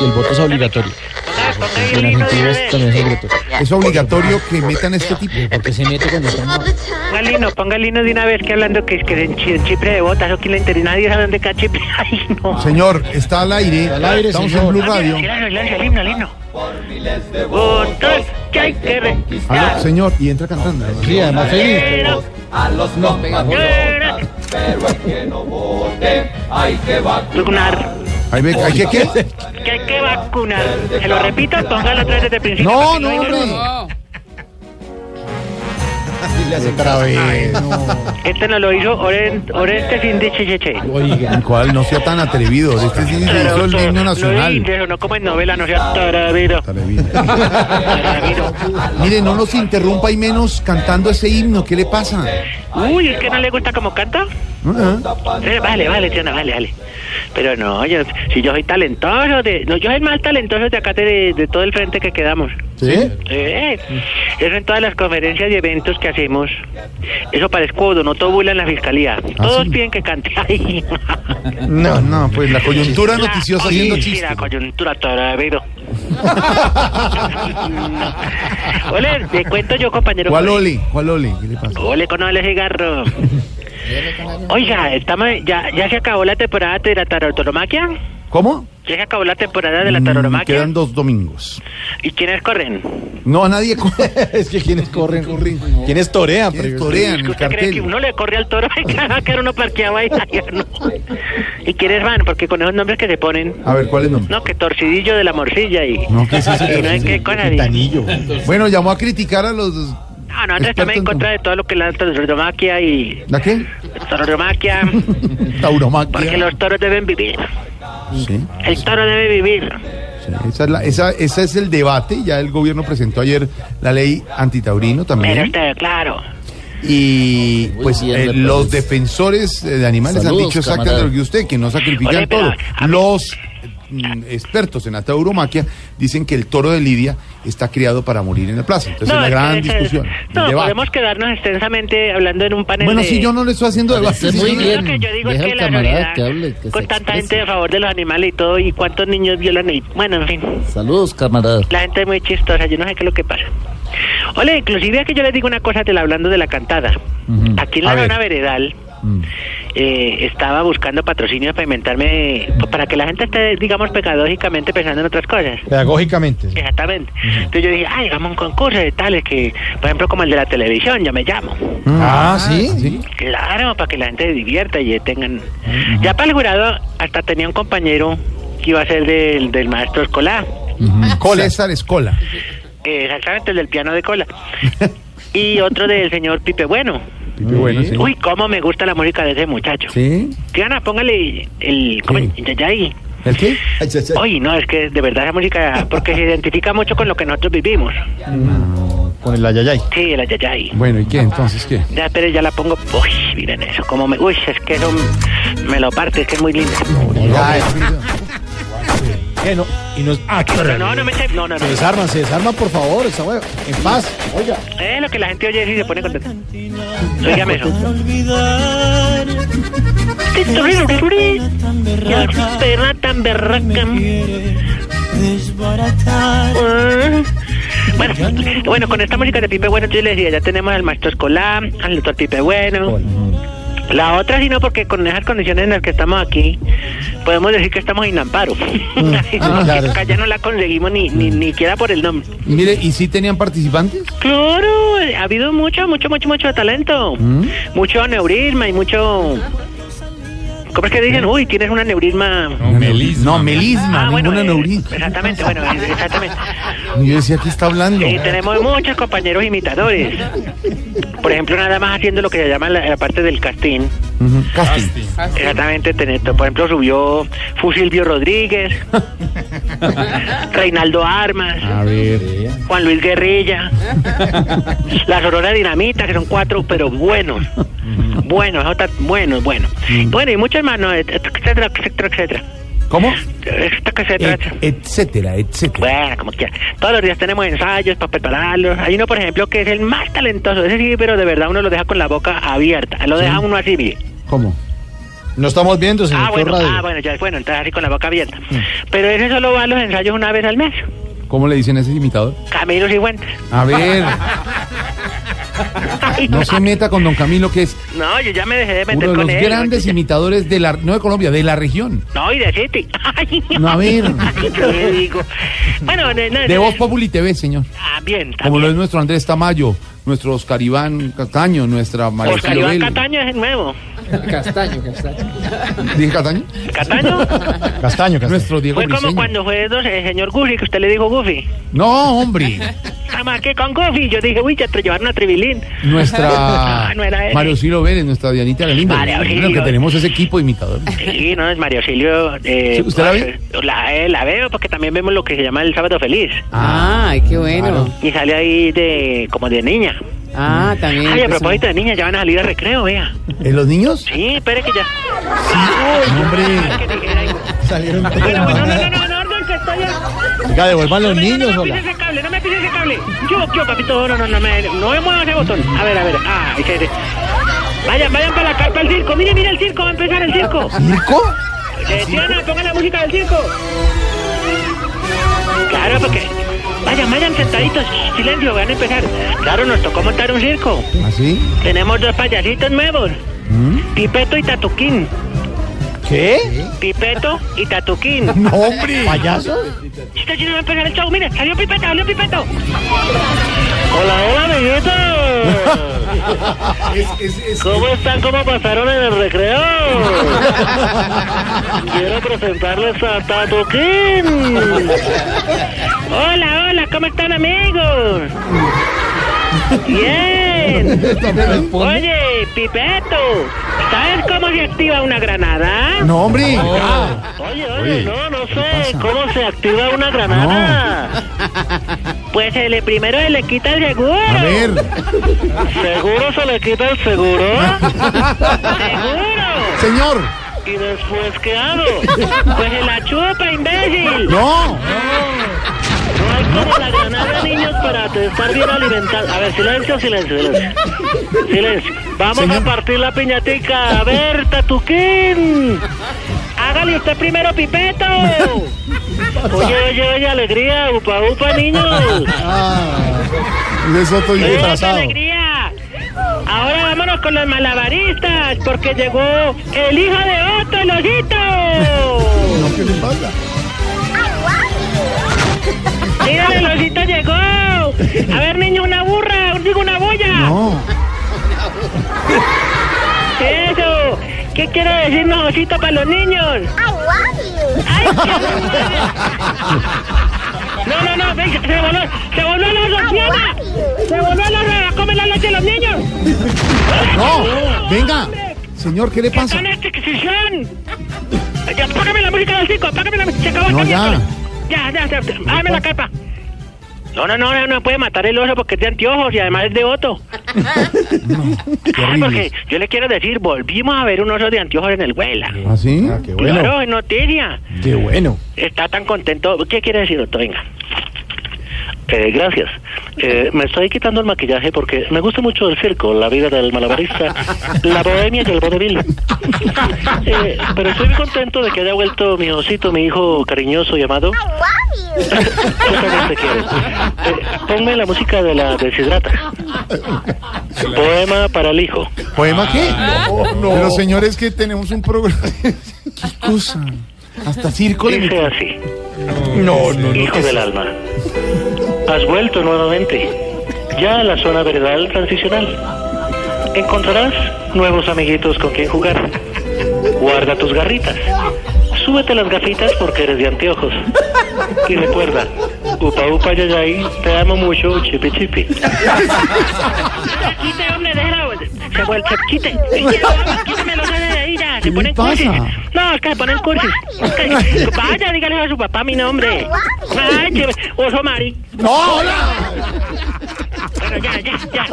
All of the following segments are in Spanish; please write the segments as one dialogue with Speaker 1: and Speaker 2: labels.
Speaker 1: Y el voto es obligatorio. En Argentina es- también es obligatorio.
Speaker 2: Es obligatorio que metan este tipo.
Speaker 1: ¿Por qué se mete cuando estamos?
Speaker 3: Galino, ponga Lino de una vez que hablando que es que en Chi- en Chipre de botas o que le interesa nadie sabe dónde queda Chipre. Ay, no.
Speaker 2: Señor, está al aire.
Speaker 1: al aire,
Speaker 2: Estamos
Speaker 1: señor.
Speaker 2: en Blue Radio.
Speaker 3: Claro, claro, el himno, el himno. Votos que hay que Ah,
Speaker 2: Aló,
Speaker 3: reconquistar.
Speaker 2: señor, y entra cantando.
Speaker 1: Sí, además feliz.
Speaker 3: Pero, pero, vacunar.
Speaker 2: Ahí ve- ¿Hay que qué?
Speaker 3: Que hay que vacunar. Se lo repito, póngalo otra vez desde el principio.
Speaker 2: No,
Speaker 3: porque
Speaker 2: no,
Speaker 3: digo yo.
Speaker 2: hombre. Otra vez.
Speaker 3: Este no lo hizo Oren- Oreste sin dichicheche.
Speaker 1: Oiga.
Speaker 2: ¿Cuál? No sea tan atrevido. Este sí hizo el himno nacional.
Speaker 3: No como en novela, no sea tarabiro.
Speaker 2: Atrevido.
Speaker 3: Tarabiro.
Speaker 2: Mire, no nos interrumpa y menos cantando ese himno. ¿Qué le pasa?
Speaker 3: Uy, ¿es que no le gusta como canta?
Speaker 2: Ah,
Speaker 3: Eh, Vale, vale, Tiana, vale, vale. Pero no, yo, si yo soy talentoso, de, no, yo soy el más talentoso de acá, de, de todo el frente que quedamos.
Speaker 2: ¿Sí?
Speaker 3: Eh,
Speaker 2: Mm.
Speaker 3: eso en todas las conferencias y eventos que hacemos. Eso para escudo, no todo bula en la fiscalía. Todos
Speaker 2: Ah, sí?
Speaker 3: piden que cante. Ay,
Speaker 2: No, no, pues la coyuntura noticiosa
Speaker 3: oye,
Speaker 2: haciendo
Speaker 3: sí,
Speaker 2: chistes.
Speaker 3: la coyuntura tarabero. Ole, te cuento yo, compañero.
Speaker 2: ¿Cuál Oli? ¿Cuál Oli? ¿Qué le pasa?
Speaker 3: Ole con el cigarro. Oiga, estamos, ya, ya se acabó la temporada de la tarotolomaquia.
Speaker 2: ¿Cómo?
Speaker 3: Ya se acabó la temporada de la
Speaker 2: Mm,
Speaker 3: tarotolomaquia.
Speaker 2: Quedan dos domingos.
Speaker 3: ¿Y quiénes corren?
Speaker 2: No, a nadie corre.
Speaker 1: Es que quienes corren, quienes torean.
Speaker 2: ¿Quiénes torean el
Speaker 3: ¿Usted cree que
Speaker 2: cartel?
Speaker 3: uno le corre al toro? Claro que era uno parqueado ahí. Ay, no. ¿Y quiénes van? Porque con esos nombres que se ponen.
Speaker 2: A ver, ¿cuál es el nombre?
Speaker 3: No, que torcidillo de la morcilla y...
Speaker 2: No, ¿qué es eso?
Speaker 3: y no hay que con nadie.
Speaker 2: Bueno, llamó a criticar a los...
Speaker 3: Ah, No, nosotros estamos en contra de todo lo que es la tarotolomaquia y...
Speaker 2: ¿La qué?
Speaker 3: Tarotolomaquia, porque
Speaker 2: Tauromaquia.
Speaker 3: los toros deben vivir.
Speaker 2: Sí,
Speaker 3: El toro debe vivir.
Speaker 2: sí. Esa es la- esa- ese es el debate. Ya el gobierno presentó ayer la ley antitaurino
Speaker 3: Pero
Speaker 2: también.
Speaker 3: está claro.
Speaker 2: Y pues
Speaker 1: bien,
Speaker 2: eh,
Speaker 1: me
Speaker 2: los
Speaker 1: parece.
Speaker 2: defensores eh, de animales han
Speaker 1: Saludos,
Speaker 2: dicho exactamente
Speaker 1: camarada.
Speaker 2: lo que usted, que no sacrifican
Speaker 3: Oye, pero,
Speaker 2: todo.
Speaker 3: a mí-
Speaker 2: Los eh, mm, expertos en la tauromaquia dicen que el toro de Lidia está criado para morir en la plaza. Entonces es la
Speaker 3: es
Speaker 2: gran
Speaker 3: que ese-
Speaker 2: discusión. el
Speaker 3: No,
Speaker 2: debate.
Speaker 3: podemos quedarnos extensamente hablando en un panel
Speaker 2: Bueno,
Speaker 3: de...
Speaker 2: si yo no le estoy haciendo debate.
Speaker 1: Parece muy
Speaker 2: sino-
Speaker 3: Yo
Speaker 1: bien.
Speaker 3: Lo que yo digo es
Speaker 1: Deja
Speaker 3: que
Speaker 1: al
Speaker 3: la
Speaker 1: camarada
Speaker 3: realidad,
Speaker 1: que hable, que se
Speaker 3: con tanta
Speaker 1: exprese.
Speaker 3: gente a favor de los animales y todo, y cuántos niños violan, y bueno, en fin,
Speaker 1: Saludos, camarada.
Speaker 3: la gente es muy chistosa, yo no sé qué es lo que pasa. Ole, inclusive que yo les digo una cosa, te la hablando de la cantada. Aquí en
Speaker 2: A
Speaker 3: la
Speaker 2: ver.
Speaker 3: zona veredal
Speaker 1: Mm.
Speaker 3: eh, estaba buscando patrocinios para inventarme, para que la gente esté, digamos, pecadógicamente pensando en otras cosas.
Speaker 1: Pedagógicamente.
Speaker 3: Exactamente. Entonces yo dije, ay, hagamos un concurso de tales que, por ejemplo, como el de la televisión, yo me llamo.
Speaker 1: Ah, ¿sí? sí.
Speaker 3: Claro, para que la gente se divierta y tengan... Ya para el jurado, hasta tenía un compañero que iba a ser del, del maestro Escolá,
Speaker 2: Cola. César Escola.
Speaker 3: eh, exactamente el del piano de cola, y otro del señor Pipe Bueno.
Speaker 2: Bueno, sí.
Speaker 3: Uy, cómo me gusta la música de ese muchacho.
Speaker 2: ¿Sí?
Speaker 3: Diana, póngale el... ¿cómo?
Speaker 2: Sí.
Speaker 3: Ya- ya ahí.
Speaker 2: ¿El qué?
Speaker 3: Oye, no, es que de verdad esa música, porque se identifica mucho con lo que nosotros vivimos.
Speaker 1: Mm, Con el ayayay.
Speaker 3: Sí, el ayayay.
Speaker 2: Bueno, ¿y qué entonces? ¿Qué?
Speaker 3: Ya, pero ya la pongo. Uy, miren eso, como me. Uy, es que eso me lo parte, es que es muy lindo.
Speaker 1: Ay, no, y nos, ah, qué
Speaker 3: Pero no, no me eche- No, no, no.
Speaker 1: Se desarman, se desarman, por favor, esa hueva. En paz. Oiga.
Speaker 3: Eh, lo que la gente oye decir y se pone contenta. Oígame eso. Y al perra tan berraca. Ah. Bueno, bueno, con esta música de Pipe Bueno, yo les decía, ya tenemos al maestro escolar, al doctor Pipe Bueno. La otra sí no, porque con esas condiciones en las que estamos aquí, podemos decir que estamos en amparo.
Speaker 2: ah, claro.
Speaker 3: Acá ya no la conseguimos ni, ni, ni siquiera por el nombre.
Speaker 2: Mire, ¿y si tenían participantes?
Speaker 3: Claro, ha habido mucho, mucho, mucho, mucho talento.
Speaker 2: ¿Mm?
Speaker 3: Mucho neurisma y mucho... ¿Cómo es que dicen? Uy, tienes una neurisma...
Speaker 2: ¿Eh? No, melisma. No, melisma, ninguna
Speaker 3: eh,
Speaker 2: neurisma.
Speaker 3: Exactamente, bueno, eh, exactamente.
Speaker 2: Y Yo decía, ¿qué está hablando?
Speaker 3: Y tenemos muchos compañeros imitadores. Por ejemplo, nada más haciendo lo que se llama la, la parte del casting.
Speaker 2: Ujú, Casting.
Speaker 3: Exactamente, tenés- por ejemplo, subió Fusilvio Rodríguez. Reinaldo Armas,
Speaker 1: A ver.
Speaker 3: Juan Luis Guerrilla, las Aurora Dinamita, que son cuatro, pero buenos. Buenos, eso está- buenos, buenos. Bueno, y muchos más, ¿no? etcétera, etcétera, etcétera.
Speaker 2: ¿Cómo?
Speaker 3: Etcétera, etcétera,
Speaker 2: Et-
Speaker 1: Eh.
Speaker 3: etcétera.
Speaker 2: etcétera, etcétera.
Speaker 3: Bueno, como quiera. Todos los días tenemos ensayos para prepararlos. Hay uno, por ejemplo, que es el más talentoso. Ese sí, pero de verdad uno lo deja con la boca abierta. Lo deja uno así, mire.
Speaker 2: ¿Cómo?
Speaker 4: No estamos viendo, señor
Speaker 3: Ah, bueno,
Speaker 4: Corrado.
Speaker 3: ah, bueno, ya es bueno, entonces así con la boca abierta. Pero ese solo va a los ensayos una vez al mes.
Speaker 2: ¿Cómo le dicen a ese imitador?
Speaker 3: Camilo Sigüenza.
Speaker 2: A ver, no se meta con don Camilo, que es
Speaker 3: No, yo ya me dejé de meter
Speaker 2: uno de
Speaker 3: con
Speaker 2: los
Speaker 3: él.
Speaker 2: grandes
Speaker 3: yo ya-
Speaker 2: imitadores de la, no de Colombia, de la región.
Speaker 3: No, y de City. Ay,
Speaker 2: No, a ver.
Speaker 3: Ay, ¿qué digo? Bueno, no, no,
Speaker 2: De
Speaker 3: no, Ah,
Speaker 2: Voz Populi TV, señor.
Speaker 3: También,
Speaker 2: Como lo es
Speaker 3: también.
Speaker 2: nuestro Andrés Tamayo, nuestro Oscar Iván Castaño, nuestra María
Speaker 3: Oscar Iván Cataño es el nuevo.
Speaker 2: ¿Dije Castaño?
Speaker 3: ¿Cataño?
Speaker 4: Castaño, Castaño.
Speaker 2: Nuestro Diego
Speaker 3: Fue como
Speaker 2: Briseño.
Speaker 3: cuando fue dos, el señor Goofy, que usted le dijo Goofy.
Speaker 2: No, hombre.
Speaker 3: Estamos aquí con Goofy. Yo dije, uy, ya te llevaron a Tribilín.
Speaker 2: Nuestra
Speaker 3: Ah, No, no era él.
Speaker 2: Mario Ciro Vélez, nuestra Dianita la Linda.
Speaker 3: Mario
Speaker 2: Lo que
Speaker 3: Ciro.
Speaker 2: tenemos ese equipo imitador.
Speaker 3: Sí, no, es María Auxilio. eh,
Speaker 2: ¿Sí, usted la ve?
Speaker 3: La, eh, la veo porque también vemos lo que se llama el sábado feliz.
Speaker 5: Ay, Ah, qué bueno.
Speaker 3: Y sale ahí de como de niña.
Speaker 5: Ah, también.
Speaker 3: Ay, a
Speaker 5: pues,
Speaker 3: propósito de niña, ya van a salir a recreo, vea.
Speaker 2: ¿En los niños?
Speaker 3: Sí, espere que ya.
Speaker 2: No, hombre.
Speaker 3: Que dijera ahí. Ah,
Speaker 4: Salieron
Speaker 3: Bueno, bueno, no, no, no, no, no, que estoy ya.
Speaker 4: Oiga, devuelvan los
Speaker 3: No me-
Speaker 4: niños,
Speaker 3: No me
Speaker 4: hola.
Speaker 3: pises ese cable, no me pises ese cable. Yo, yo, papito, no, no, no me, no me muevas ese botón. A ver, a ver. Ah, ese, ese. Vayan, vayan para la carpa al circo. Mire, mire el circo, va a empezar el circo.
Speaker 2: ¿Circo?
Speaker 3: Eh, Diana, ponga la música del circo. Claro, porque. Vayan, vayan sentaditos. Silencio, van a empezar. Claro, nos tocó montar un circo.
Speaker 2: ¿Así?
Speaker 3: Tenemos dos payasitos nuevos. Pipeto y Tatuquín.
Speaker 4: ¿Qué?
Speaker 3: Pipeto y Tatuquín.
Speaker 2: No, hombre.
Speaker 4: ¿Payaso?
Speaker 3: Esto sí no va a empezar el show, mire, salió Pipeto, salió Pipeto. Hola, hola, amiguitos. ¿Cómo están? ¿Cómo pasaron en el recreo? Quiero presentarles a Tatuquín. Hola, hola, ¿cómo están, amigos? Bien. Oye, Pipeto, ¿sabes cómo se activa una granada?
Speaker 2: No, hombre.
Speaker 3: Oye, oye, no, no sé, ¿cómo se activa una granada? Pues el primero se le quita el seguro.
Speaker 2: A ver.
Speaker 3: ¿Seguro se le quita el seguro? ¡Seguro!
Speaker 2: Señor.
Speaker 3: ¿Y después qué hago? Pues se la chupa, imbécil.
Speaker 2: No.
Speaker 3: No hay como la granada, niños, para te- estar bien alimentado. A ver, silencio, silencio, silencio. Silencio. Vamos
Speaker 2: Señor.
Speaker 3: a partir la piñatica. A ver, Tatuquín. Hágale usted primero, Pipeto. Oye, oye, oye, alegría. Upa, upa, niños.
Speaker 2: Ese es otro
Speaker 3: ¡Qué
Speaker 2: disfrazado.
Speaker 3: alegría! Ahora vámonos con los malabaristas, porque llegó el hijo de Otto, el osito.
Speaker 2: ¿Qué le pasa?
Speaker 3: Mira, el osito llegó. A ver, niño, una burra, digo una boya.
Speaker 2: No.
Speaker 3: Eso. ¿Qué quiere decirnos osito para los niños? Ay, qué madre. No, no, no, ven, se voló, se voló la rociana. Se voló la rociana, come la leche de los niños.
Speaker 2: No. Venga. Señor, ¿qué le
Speaker 3: ¿Qué
Speaker 2: pasa?
Speaker 3: tal esta exhibición? Ya, apágame la música del circo, apágame la música, se acabó
Speaker 2: No,
Speaker 3: esta
Speaker 2: ya.
Speaker 3: mierda. Ya, ya, ya, ya, dame la capa. No, no, no, no, no puede matar el oso porque es de anteojos y además es de Otto. Ah, porque
Speaker 2: Terrible.
Speaker 3: yo le quiero decir, volvimos a ver un oso de anteojos en el Huela.
Speaker 2: ¿Ah, sí?
Speaker 4: Ah, qué bueno.
Speaker 3: Claro, es noticia.
Speaker 4: Qué bueno.
Speaker 3: Está tan contento. ¿Qué quiere decir, Otto? Venga. Eh, gracias. Eh, me estoy quitando el maquillaje porque me gusta mucho el circo, la vida del malabarista, la bohemia y el vodevil. Eh, pero estoy muy contento de que haya vuelto mi osito, mi hijo cariñoso llamado. Yo también te quiero. este Eh, ponme la música de la deshidrata. Poema para el hijo.
Speaker 2: ¿Poema qué?
Speaker 3: Ah.
Speaker 4: Oh,
Speaker 2: Pero señores, que tenemos un programa. ¿Qué cosa? Hasta circo le
Speaker 3: Dice así.
Speaker 2: No, no,
Speaker 3: Hijo del alma, has vuelto nuevamente, ya a la zona veredal transicional. Encontrarás nuevos amiguitos con quien jugar. Guarda tus garritas. Súbete las gafitas porque eres de anteojos. Y recuerda, upa upa yayay, te amo mucho, chipi chipi. Quite, hombre, déjala. Se vuelve, quite. Quítame los de ahí ya. se ponen
Speaker 2: pasa?
Speaker 3: cursis. No, es que se ponen cursis. Es que- Vaya, dígale a su papá mi nombre. Ay, che, oso Mari.
Speaker 2: ¡No, hola!
Speaker 3: Bueno, ya, ya, ya.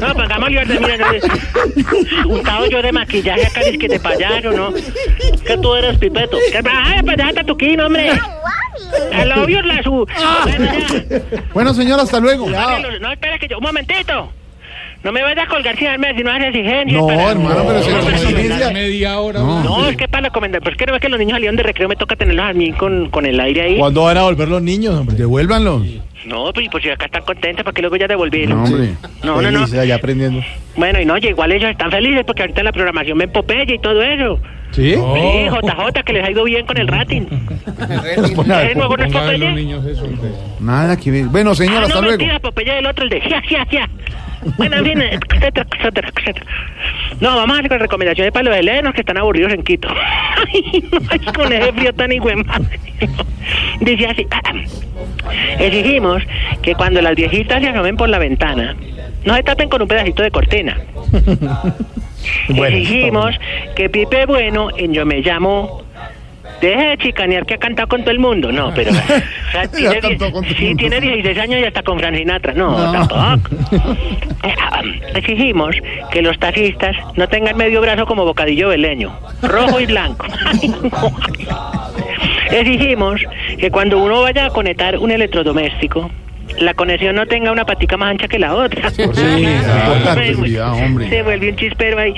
Speaker 3: No, pongámosle orden, mira. no, Untado yo de maquillaje acá, es que de payaso, ¿no? Es que tú eres pipeto. Que- Ay, pues déjate tu quino, hombre. El obvio la su. Bueno, ya.
Speaker 2: Bueno, señor, hasta luego.
Speaker 3: Hágalo. No, espera que yo. Un momentito. No me vayas a colgar sin darme, si no haces exigencias.
Speaker 2: No,
Speaker 3: para-
Speaker 2: hermano, pero si
Speaker 3: No,
Speaker 2: es
Speaker 3: pero-
Speaker 2: exigencia.
Speaker 3: No, es que para recomendar, pero es que no es que los niños salieron de recreo, me toca tenerlos a mí con, con el aire ahí.
Speaker 4: ¿Cuándo van a volver los niños, hombre?
Speaker 2: Devuélvanlos.
Speaker 3: No, pues, pues si acá están contentos, ¿para qué los voy a devolver?
Speaker 2: No, hombre.
Speaker 3: No, no, no.
Speaker 4: Felices allá aprendiendo.
Speaker 3: Bueno, y no, y igual ellos están felices porque ahorita en la programación ven Popeye y todo eso.
Speaker 4: ¿Sí?
Speaker 3: Sí, JJ, que les ha ido bien con el rating. ¿Es nuevo no es Popeye?
Speaker 2: Nada que ver. Bueno,
Speaker 3: Ah,
Speaker 2: señor,
Speaker 3: no,
Speaker 2: hasta luego.
Speaker 3: mentira, Popeye el otro, el de ya, ya, ya. Bueno, en fin, eh, etcétera, etcétera, etcétera. No, vamos a hacer con recomendaciones para los helenos que están aburridos en Quito. Ay, no, ay, con ese frío tan higüemado. Dice así, ah, ah. exigimos que cuando las viejitas se asomen por la ventana, no se tapen con un pedacito de cortina.
Speaker 4: Bueno,
Speaker 3: Exigimos que Pipe Bueno en Yo Me Llamo deje de chicanear que ha cantado con todo el mundo. No, pero... o sea,
Speaker 2: Ya
Speaker 3: tiene, die-
Speaker 2: cantó con todo el
Speaker 3: sí,
Speaker 2: mundo.
Speaker 3: tiene 16 años y hasta con Frank Sinatra. No, tampoco. Eh, ah, Exigimos que los taxistas no tengan medio brazo como bocadillo beleño, rojo y blanco. Ay, no. Exigimos que cuando uno vaya a conectar un electrodoméstico, la conexión no tenga una patica más ancha que la otra.
Speaker 2: importante,
Speaker 3: Se vuelve-
Speaker 2: seguridad, hombre.
Speaker 3: Se vuelve un chispero ahí.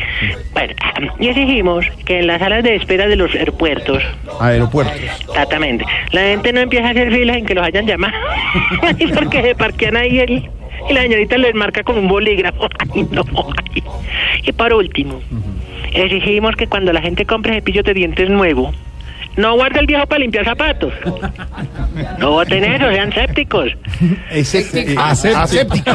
Speaker 3: Bueno, y exigimos que en las salas de espera de los aeropuertos,
Speaker 2: Aeropuertos.
Speaker 3: exactamente, la gente no empieza a hacer filas en que los hayan llamado. Ay, Porque se parquean ahí el- y la señorita les marca con un bolígrafo. Ay, no, ay. Y por último, exigimos que cuando la gente compre cepillos de dientes nuevo, no guarde el viejo para limpiar zapatos. No voten eso, sean sépticos.
Speaker 2: Escéptico. Aséptico.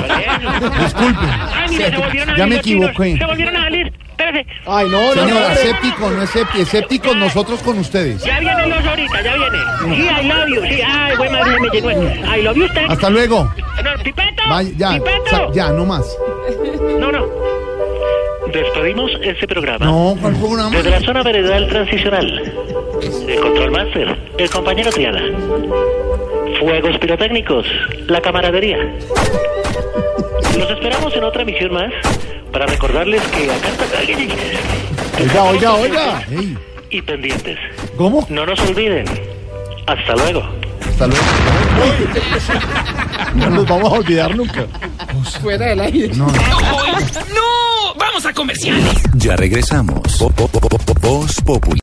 Speaker 2: Disculpe.
Speaker 3: Ay, mire, se volvieron a
Speaker 2: Ya
Speaker 3: salir
Speaker 2: me
Speaker 3: los chinos,
Speaker 2: equivoqué.
Speaker 3: Se volvieron a salir. Espérese.
Speaker 4: Ay, no, no,
Speaker 2: Señor,
Speaker 4: no.
Speaker 2: aséptico, no es septi. Escépticos nosotros con ustedes.
Speaker 3: Ya vienen los ahorita, ya vienen. Sí, I love you. Sí, ay, güey, madre, me llegó. el- I love you, usted.
Speaker 2: Hasta luego.
Speaker 3: No, Pipeto.
Speaker 2: Vaya, ya,
Speaker 3: Pipeto.
Speaker 2: sa- ya, no más.
Speaker 3: No, no. Despedimos este programa.
Speaker 2: No, ¿cuál programa?
Speaker 3: Desde la zona veredal transicional. El control master, el compañero Triana. Fuegos pirotécnicos, la camaradería. Los esperamos en otra emisión más para recordarles que acá...
Speaker 2: Oiga, oiga, oiga. Ey,
Speaker 3: Y pendientes.
Speaker 2: ¿Cómo?
Speaker 3: No nos olviden. Hasta luego.
Speaker 2: Hasta luego.
Speaker 4: No nos vamos a olvidar nunca.
Speaker 6: Ya regresamos. Po- po- po- po- po- Voz Populi.